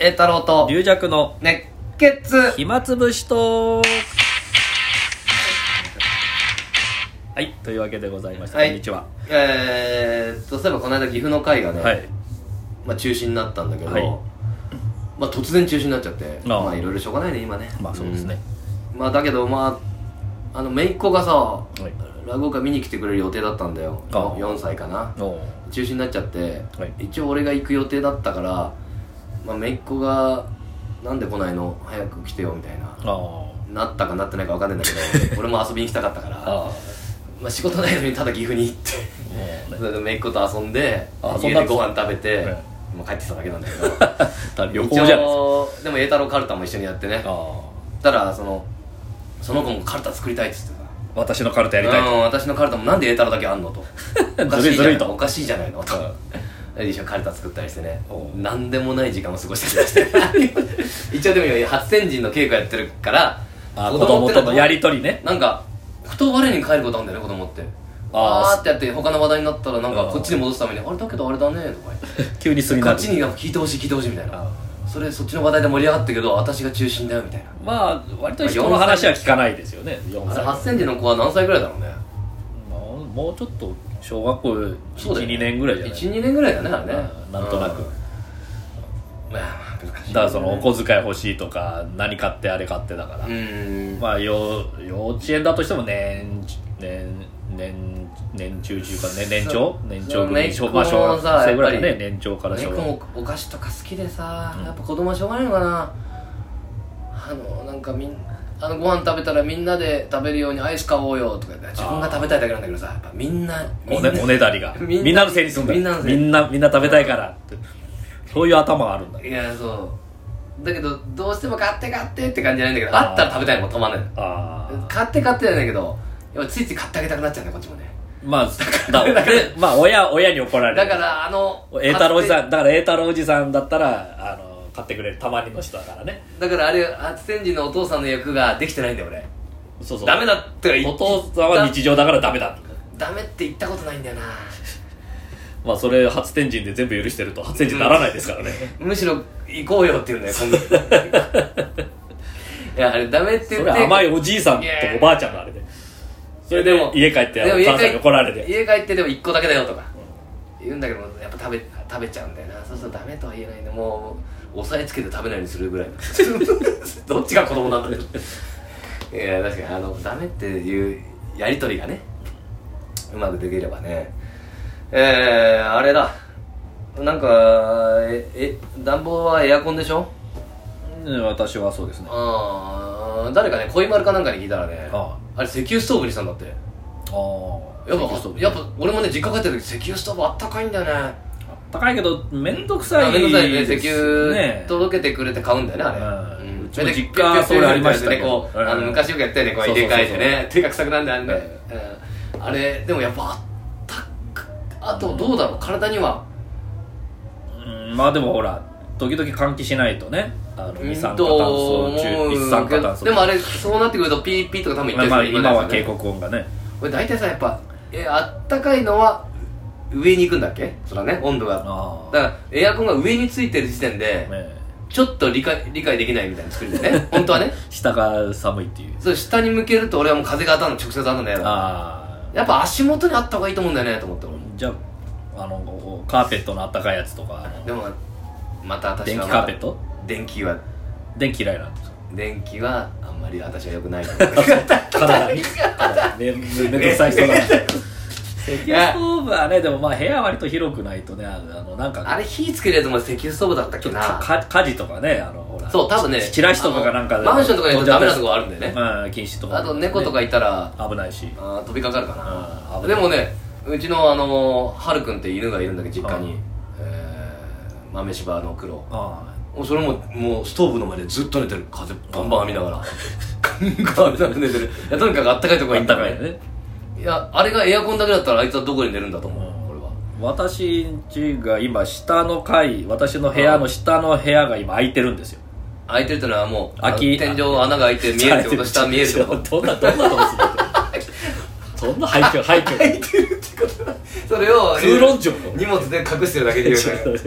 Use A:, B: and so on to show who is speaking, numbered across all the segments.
A: 栄太郎と
B: 龍弱の
A: 熱血
B: 暇つぶしとはいというわけでございました、
A: はい
B: こんにちは
A: えーっとそういえばこの間岐阜の会がね、
B: はい
A: まあ、中止になったんだけど、
B: はい
A: まあ、突然中止になっちゃって
B: ああ
A: まあいろいろしょうがないね今ね
B: まあそうですね、
A: うんまあだけどまああの姪っ子がさ
B: はい
A: 落語会見に来てくれる予定だったんだよ
B: ああ
A: 4歳かな
B: おう
A: 中止になっちゃって、
B: はい
A: 一応俺が行く予定だったから、まあ、姪っ子が「なんで来ないの早く来てよ」みたいな
B: あ
A: なったかなってないか分かんないんだ けど俺も遊びに来たかったから
B: あああ
A: まあ、仕事ないのにただ岐阜に行って
B: も
A: それで姪っ子と遊んで
B: あ遊
A: 家
B: んだ
A: で
B: んです
A: ご飯食べて、
B: はい
A: まあ、帰ってきただけなんだけ
B: う 旅
A: ど
B: 行じゃないで
A: 一
B: すか
A: 応でも栄太郎カルタも一緒にやってね
B: ああ
A: たらそのその子もカルタ作りたいっつってさ
B: 私のカルタやりたい
A: うん私のカルタもなんで栄太郎だけあんのとおかし
B: ずる
A: じゃ
B: いず
A: な
B: るいと
A: おかしいじゃない のと一緒にカルタ作ったりしてね
B: おう
A: 何でもない時間を過ご してたりして一応でも今初先人の稽古やってるから
B: あ子供
A: って
B: とのやりとりね
A: なんかふと我に返ることあるんだよね子供って
B: あ
A: あ
B: ー
A: ーってやって他の話題になったらなん
B: う
A: か
B: ん
A: こっちに戻すために「あれだけどあれだね」とか言っ
B: 急にす
A: て
B: み
A: こ
B: な
A: っ
B: る
A: ちになんか聞いてほしい聞いてほしいみたいな
B: あ
A: それそっちの話題で盛り上がったけど私が中心だよみたいな
B: まあ割と人の話は聞かないですよね4
A: あ
B: 歳
A: れ8センチの子は何歳ぐらいだろうね
B: まあもうちょっと小学校
A: そうだよね
B: 12年ぐらいじゃない
A: 12年ぐらいだねあれね
B: うんなんとなく
A: うんまあまあ難しい
B: だからそのお小遣い欲しいとか何買ってあれ買ってだから、
A: うん
B: まあ幼幼稚園だとしても年年年年中中か年年長
A: そう
B: 年長組
A: そう
B: 小まあ小
A: 猫
B: 学
A: もさ
B: 生ぐらいだ
A: やっ
B: ね
A: ぱり
B: 年長から小
A: 猫
B: 学
A: もお菓子とか好きでさ、
B: うん
A: やっぱ子供はしょうがないのかなあのなんかみんあのご飯食べたらみんなで食べるようにアイス買おうよとか言って自分が食べたいだけなんだけどさやっぱみんなみ
B: お
A: んな
B: ねおねだりが
A: みんな
B: みんなのせいにするんだ
A: みんなのせい
B: みんなみんな食べたいからってそういう頭があるんだ
A: いやそうだけどどうしても買って買ってって感じじゃないんだけどあったら食べたいのも止まんないの
B: ああ
A: 買って買ってじゃないけどやっぱついつい買ってあげたくなっちゃうねこっちもね
B: まあだでまあ親親に怒られる
A: だからあの
B: 栄太郎おじさ
A: ん
B: んだから栄太郎おじさんだったらあの買ってくれるたまにの人だからね
A: だからあれ初天神のお父さんの役ができてないんだよ俺
B: そうそう
A: ダメだって言っ
B: お父さんは日常だからダメだ
A: ダメって言ったことないんだよな
B: まあそれ初天神で全部許してると初天神ならないですからね、
A: むしろ行こうよって言うんだよ 今度いやあれダメって言
B: そ
A: っ
B: れ
A: て
B: は甘いおじいさんとおばあちゃんのあれでそれでも家帰ってお
A: でも家帰
B: 母さんに怒られて
A: 家帰ってでも1個だけだよとか言うんだけどやっぱ食べ食べちゃうんだよなそうするとダメとは言えないんでもう押さえつけて食べないようにするぐ らいのどっちが子供なんだよいや確かにあのダメっていうやり取りがねうまくできればねえー、あれだなんかええ暖房はエアコンでしょ
B: うん私はそうですね
A: あー誰かね恋丸かなんかに聞いたらね
B: あ
A: あれ石油ストーブにしたんだって
B: ああ
A: やっぱやっぱ俺もね実家帰った時石油ストーブあったかいんだよね
B: 高いけど面倒くさ
A: ダ
B: い
A: メ
B: で
A: の
B: す
A: 際にね石油
B: ね
A: 届けてくれて買うんだよねあ
B: う
A: れ
B: ん
A: ん
B: うちも
A: で
B: 実家はそれありましたけど
A: ねこうあの
B: うん
A: 昔よくやったよねこう入れ替えてね手が臭くなんだよねうんあれでもやっぱあったかあとどうだろう体には
B: うんまあでもほら時々換気しないとねあの二酸化炭
A: と
B: 素
A: 思う
B: 中一酸化炭素
A: でもあれそうなってくるとピーピーとか多分言
B: ま
A: って
B: あまあ
A: る人いる
B: 今は
A: ですよ
B: 警
A: ね
B: 告音がね
A: これ大体さやっぱえあったかいのは上に行くんだっけそれはね温度が
B: あ
A: だからエアコンが上についてる時点で
B: ね
A: ちょっと理解理解できないみたいな作りで ね本当はね
B: 下が寒いっていう
A: そう下に向けると俺はもう風が当たるの直接当たるの嫌だ
B: ああ
A: やっぱ足元にあった方がいいと思うんだよねと思って俺も
B: じゃああのこうカーペットのあったかいやつとかあの
A: でもまた私
B: 電
A: は
B: 気
A: ま
B: カ
A: だ
B: ーペット
A: 電気は
B: 電気嫌いなんですか
A: 電気はあんまり私は良くないと 思う
B: 体に体にめめめんどくさい人だな石油ストーブはねでもまあ部屋は割と広くないとねあのあのなんか
A: あれ火つけるやつも石油ストーブだったっけな
B: か火事とかねあのほら
A: そう多分ね
B: チラシとかがなんか
A: あのマンションとかに行くとダメなとこがあるんだよね
B: うん禁止とか
A: あと猫とかいたら
B: 危ないし
A: あー飛びかかるかな、
B: うん危
A: で
B: ない
A: もねうちのあのはるくんって犬がいるんだけど実家
B: う
A: に
B: ん、
A: えー、豆柴の黒も
B: あ
A: うそれももうストーブの前でずっと寝てる風バンバン浴びながらガンガン浴びながら寝てるいやとにかくあったかいとこ
B: あ
A: がいい
B: あ
A: ん
B: っ
A: だ
B: た
A: よ
B: か
A: ね
B: いね
A: いやあれがエアコンだけだったらあいつはどこで寝るんだと思う、
B: うん
A: 俺は
B: 私んちが今下の階私の部屋の下の部屋が今空いてるんですよ
A: 開いてるってのはもう
B: 空き
A: あの天井穴が開いて見えるってこと下見えるってこと
B: どんなどんなとこするそんな廃墟廃墟
A: それを
B: 空論城の
A: 荷物で隠してるだけで言う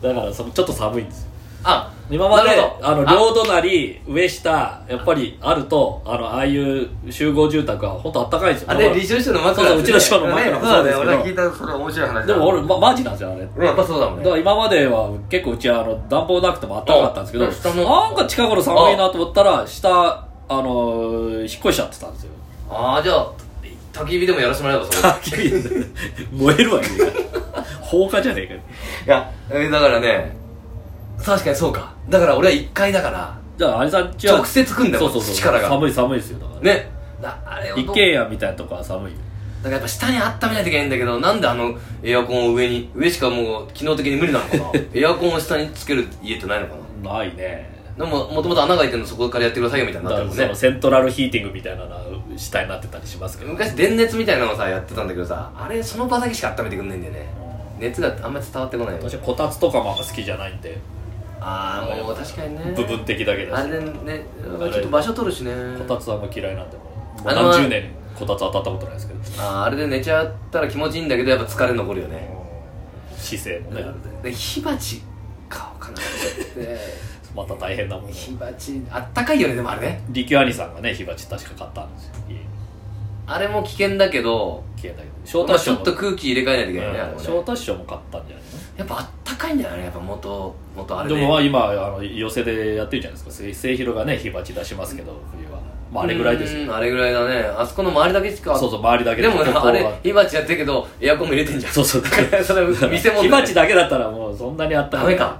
A: から
B: だからそのちょっと寒いんですよ
A: あ
B: 今まで
A: なるほど
B: あの
A: あ
B: 両隣上下やっぱりあるとあのああいう集合住宅は本当あったかいんですよ
A: あれ
B: だから
A: 立証書の枕
B: そうそううちの師匠の枕
A: ね
B: も
A: そ
B: そう
A: うだ
B: で
A: ね
B: すけど
A: 俺は聞いたそれ面白い話
B: でも俺、
A: うん
B: ま、マジなんですよあれ
A: やっぱそうだもん
B: だ
A: ね
B: から今までは結構うちはあの暖房なくても暖かかったんですけ
A: う
B: ど
A: ん下の
B: なんか近頃寒いなと思ったら下あのー引っ越しちゃってたんですよ
A: ああじゃあ焚き火でもやらせてもらえばそこ
B: 焚き火燃えるわけねえか放火じゃねえかよ
A: いやえだからね確かにそうかだから俺は1階だから
B: じゃああれさんちは
A: 直接来んだ
B: そ
A: よ
B: うそうそう
A: 力が
B: 寒い寒いですよだから
A: ねだあれを
B: 一軒家みたいなとこは寒いよ
A: だからやっぱ下に温めないといけないんだけどなんであのエアコンを上に上しかもう機能的に無理なのか なエアコンを下につける家ってないのかな
B: ないね
A: でももともと穴が開いてるのそこからやってくださいよみたいに
B: だ
A: なっ
B: か
A: てる
B: ら
A: もん
B: そ
A: ね
B: のセントラルヒーティングみたいなのは下になってたりしますけど
A: 昔電熱みたいなのをさやってたんだけどさあれその場だけしか温めてくんないんだよね熱があんまり伝わってこない
B: 私こたつとかもあんま好きじゃないんで
A: ああもう確かにね
B: 部分的だけだ
A: あ
B: し
A: れねちょっと場所取るしね
B: こたつはあんま嫌いなんでもうも
A: あ
B: う
A: の
B: 何十年こたつ当たったことないですけど
A: あーあれで寝ちゃったら気持ちいいんだけどやっぱ疲れ残るよね
B: 姿勢もね
A: で火鉢買おうか なと思って
B: また大変だもんね
A: 火鉢あったかいよねでもあれね
B: リキュアニさんがね火鉢確か買ったんですよ家に
A: あれも危険だけど
B: 消えたけど
A: ま
B: 翔
A: あ
B: 太師
A: ち
B: 匠
A: ょ
B: も
A: っと空気入れ替えないといけないねあれ
B: う
A: も
B: ん
A: ね
B: 翔太師匠も買ったんじゃないの
A: やっぱあったかいんじゃないのやっぱ元元あれ
B: で
A: で
B: もまあ今あの寄せでやってるじゃないですかせ末広がね火鉢出しますけど冬はまああれぐらいです
A: う
B: よ
A: んあれぐらいだねあそこの周りだけしか
B: そうそう周りだけ
A: でもね
B: ここは
A: あれ火鉢やってるけどエアコンも入れてんじゃん
B: そうそう
A: だ からそれ店も
B: 火鉢だけだったらもうそんなにあった
A: ダメか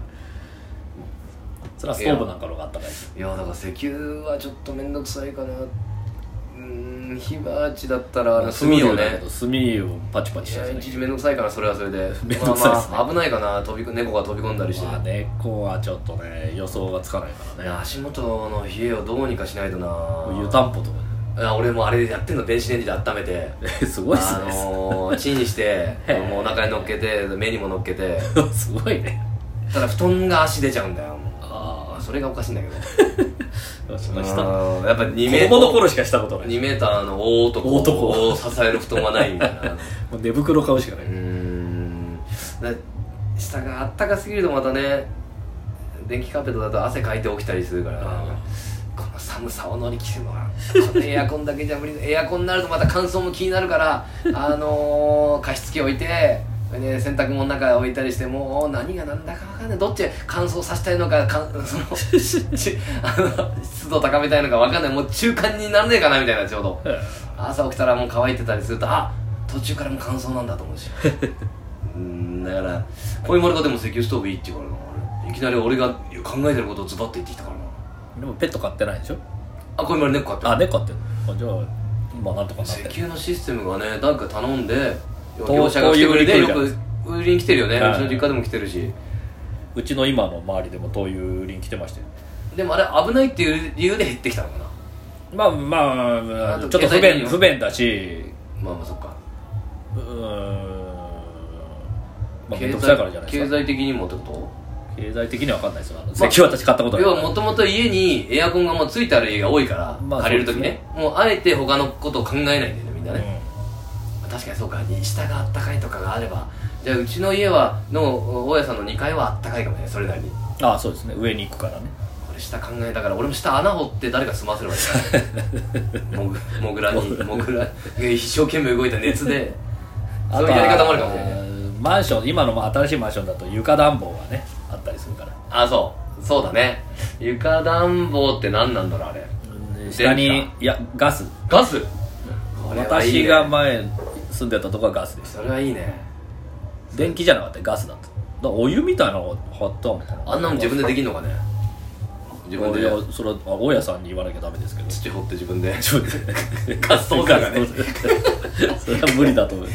B: それはストーブなんかの方があったかいです
A: いやだから石油はちょっと面倒くさいかなうーん火鉢だったらあの炭をね
B: 炭をパチパチ
A: い
B: しちゃ
A: や
B: う
A: 一時面倒くさいからそれはそれで
B: 面倒くさいですね
A: まあまあ危ないかな飛び込猫が飛び込んだりして、
B: まあ猫はちょっとね予想がつかないから
A: いや
B: ね
A: 足元の冷えをどうにかしないとな
B: 湯たんぽとか
A: いや俺もあれやってんの電子レンジで温めて
B: ねすごいっす
A: あ
B: ね
A: のー、チンして
B: へえ
A: もうお腹に乗っけて目にも乗っけて
B: すごいね
A: ただ布団が足出ちゃうんだよもう
B: あ
A: あそれがおかしいんだ けど
B: あし
A: う
B: ました
A: ーんやっぱ2メ
B: 子
A: ート
B: 供の
A: ル
B: 頃しかしたことない
A: 2メーターの大男
B: 大男
A: を支える布団はないみたいな う
B: もう寝袋買うしかない
A: ーんだ下があったかすぎるとまたね電気カーペットだと汗かいて起きたりするから
B: あ
A: この寒さを乗り切るのはこのエアコンだけじゃ無理 エアコンになるとまた乾燥も気になるからあのー、加湿器置いてで洗濯物の中置いたりしてもう何が何だか分かんないどっち乾燥させたいのかかん そのちあの湿度高めたいのか分かんないもう中間になんねえかなみたいなちょうど
B: ええ
A: 朝起きたらもう乾いてたりするとあ途中からもう乾燥なんだと思う しうーんだからこういう丸がでも石油ストーブいいって言うからな俺いきなり俺が考えてることをズバッと言ってきたからな
B: でもペット飼ってないでしょ
A: あこういう丸猫買って
B: あ猫飼ってるあじゃあ今なんとかなって
A: 石
B: る
A: 油のシステムがね誰か頼んで
B: と
A: 業者が来てくれてよ
B: 灯油売り来る
A: く売りに来てるよねうち
B: はい
A: の実家でも来てるし
B: うちの今の周りでも灯油売りに来てましたよ
A: でもあれ危ないっていう理由で減ってきたのかな
B: まあまあ
A: あと
B: ちょっ
A: 経
B: と
A: 済
B: 不
A: 的に
B: 便
A: も
B: 不便だし
A: まあまあそっか
B: うーんまあ面
A: 経
B: 倒くさいからじ
A: 済
B: ゃないで
A: 経
B: すか
A: 済的にもってこ
B: 経済的には分かんないですよあの石油私買ったこと
A: と
B: ない
A: 要はもともと家にエアコンがもうついてある家が多いから、
B: まあ
A: 借りる時
B: そうで
A: ねもうあえて他のことを考えないんだよねみんなね、
B: う
A: 確かにそうか下があったかいとかがあればじゃあうちの家はの大家さんの2階はあったかいかもねそれなりに
B: んああそうですね上に行くからね
A: 俺下考えたから俺も下穴掘って誰か住ませればいい からもぐもぐらにもぐら一生懸命動いた熱 でそういうやり方もあるかもしれない
B: あーマンション今のまあ新しいマンションだと床暖房がねあったりするから
A: あそうそうだね床暖房って何なんだろうあれ
B: 下
A: 電
B: にいやガス
A: ガスこれはいいね
B: 私が前住んでたとこはガスです
A: それはいいね
B: 電気じゃなかったガスだっただからお湯みたいなのが貼ったのかな
A: あんなもん自分でできんのかね自分
B: い
A: で
B: やそれはあ大家さんに言わなきゃダメですけど
A: 土掘って自分で
B: ちょっ と
A: ガス通すからね
B: それは無理 だと思う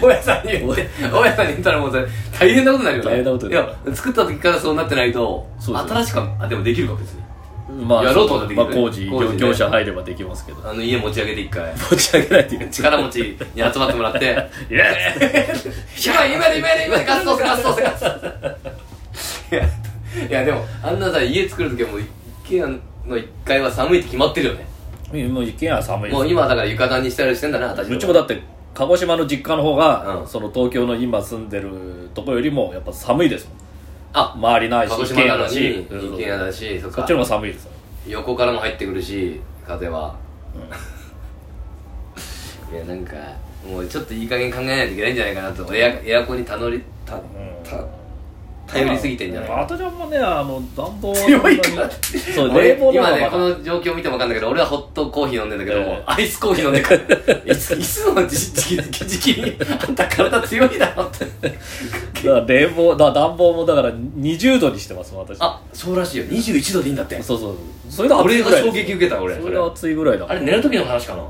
A: 大家さんに言って大家さんに言ったらもうそれ大変なことになるよね
B: 大変なことに
A: い
B: なる
A: や作った時からそうなってないと
B: そうですね
A: 新しくはあでもできるか別に
B: まあ
A: やろうと思ったらできる
B: まあ工事
A: 工事ね
B: 業者入ればできますけど
A: あの家持ち上げて一回
B: 持ち上げないといけない
A: 力持ちに集まってもらって
B: イエ
A: 今だ今だ今だ今だガス通せガス通せガス通せいやいやでもあんなさ家作る時はもう一軒家の1階は寒いって決まってるよね
B: スもう一軒家は寒いです
A: もう今だから床暖にしたりしてんだな私
B: うちもだって鹿児島の実家の方が、
A: うん
B: その東京の今住んでるとこよりもやっぱ寒いですもん
A: あ
B: 周りないし
A: 鹿児
B: 一
A: 島
B: 軒家
A: なの
B: だ
A: に
B: し
A: 一軒家だしそっ
B: そ
A: か
B: っちの方が寒いですよ
A: 横からも入ってくるし風は、 いやなんかもうちょっといい加減考えないといけないんじゃないかなとエアエアコンに頼りたた頼りすぎてんじゃないかな
B: 私はもうねあの暖房は
A: 強いから
B: そう冷
A: 俺
B: 房の
A: 今
B: 方
A: ね
B: が
A: こ
B: まだ
A: の状況見ても分かんないけど俺はホットコーヒー飲んでんだけど、
B: ええ
A: アイスコーヒー飲んでるから いついつの時期時期にあんた体強いだろって
B: だから冷房だから暖房もだから20度にしてます私
A: あそうらしいよ21度でいいんだって
B: そうそうそれが暑い
A: 俺
B: ぐ
A: が
B: らい
A: 衝撃受けた俺
B: そ
A: そ
B: れ
A: れ
B: が暑いぐらいだ
A: あれ寝る時の話かな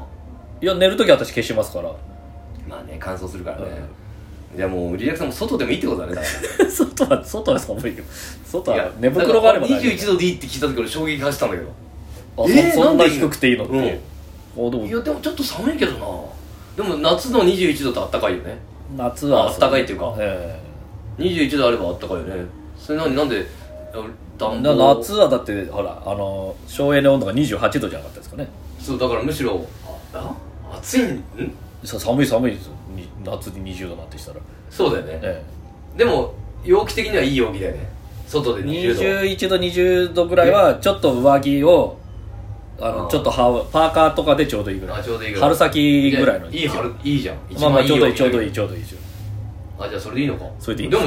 A: い
B: や寝るとき私消しますから
A: まあね乾燥するからね、じゃあもうリラクさんも外でもいいってことだねだか
B: 外は外は寒いよ外
A: ら
B: は寝袋があれば
A: なん
B: 大
A: か
B: 丈
A: 21
B: 夫
A: 度でいいって聞いた時俺衝撃走ったんだけど
B: あそ
A: えー
B: そんな
A: なんでいいの
B: 低くていいのって
A: うん
B: あでも
A: いやでもちょっと寒いけどなでも夏の21度ってあったかいよね
B: 夏は
A: あ暖かいっていうか
B: え
A: 21度あればあったかいよねそれなのになんであ
B: え
A: 暖
B: だ
A: 房
B: 夏はだってほらあの省エネ温度が28度じゃなかったですかね
A: そうだからむしろああ暑いんん
B: さ寒い寒いですよに夏に20度なんてしたら、
A: そうだよね
B: え
A: でも陽気的にはいい陽気だよね外
B: え、
A: で20度
B: 21度20度ぐらいはちょっと上着をあの
A: あー
B: ちょっと羽織パーカーとかでちょうどいいぐらい
A: あちょうどいいぐらい
B: 春先ぐらいの
A: いい春いいじゃん
B: まあまあちょうどいいちょうど
A: い
B: いいちょうどいいですよ
A: あじゃあそれでいいのか
B: それでいい
A: でも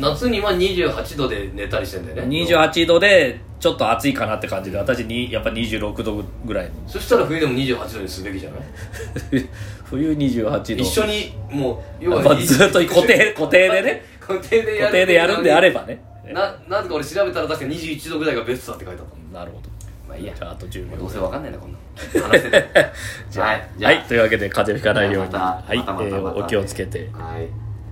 A: 夏には28度で寝たりしてんだよね
B: 28度でちょっと暑いかなって感じで私にやっぱ26度ぐらいの
A: そしたら冬でも28度にすべきじゃない
B: 冬28度
A: 一緒にもう
B: まあずっと固 定固定でね
A: 固定でやる
B: 固定でやるんであればね
A: ななぜか俺調べたら確か21度ぐらいがベストだって書いてあった
B: なるほど
A: まあいいや
B: じゃああと10
A: もう
B: 秒
A: どうせわかんないな こんなの話せない
B: じゃあ
A: はいじゃあ
B: はいというわけで風邪ひかないように
A: また
B: はいえ
A: またまたまた
B: ーお気をつけて
A: はい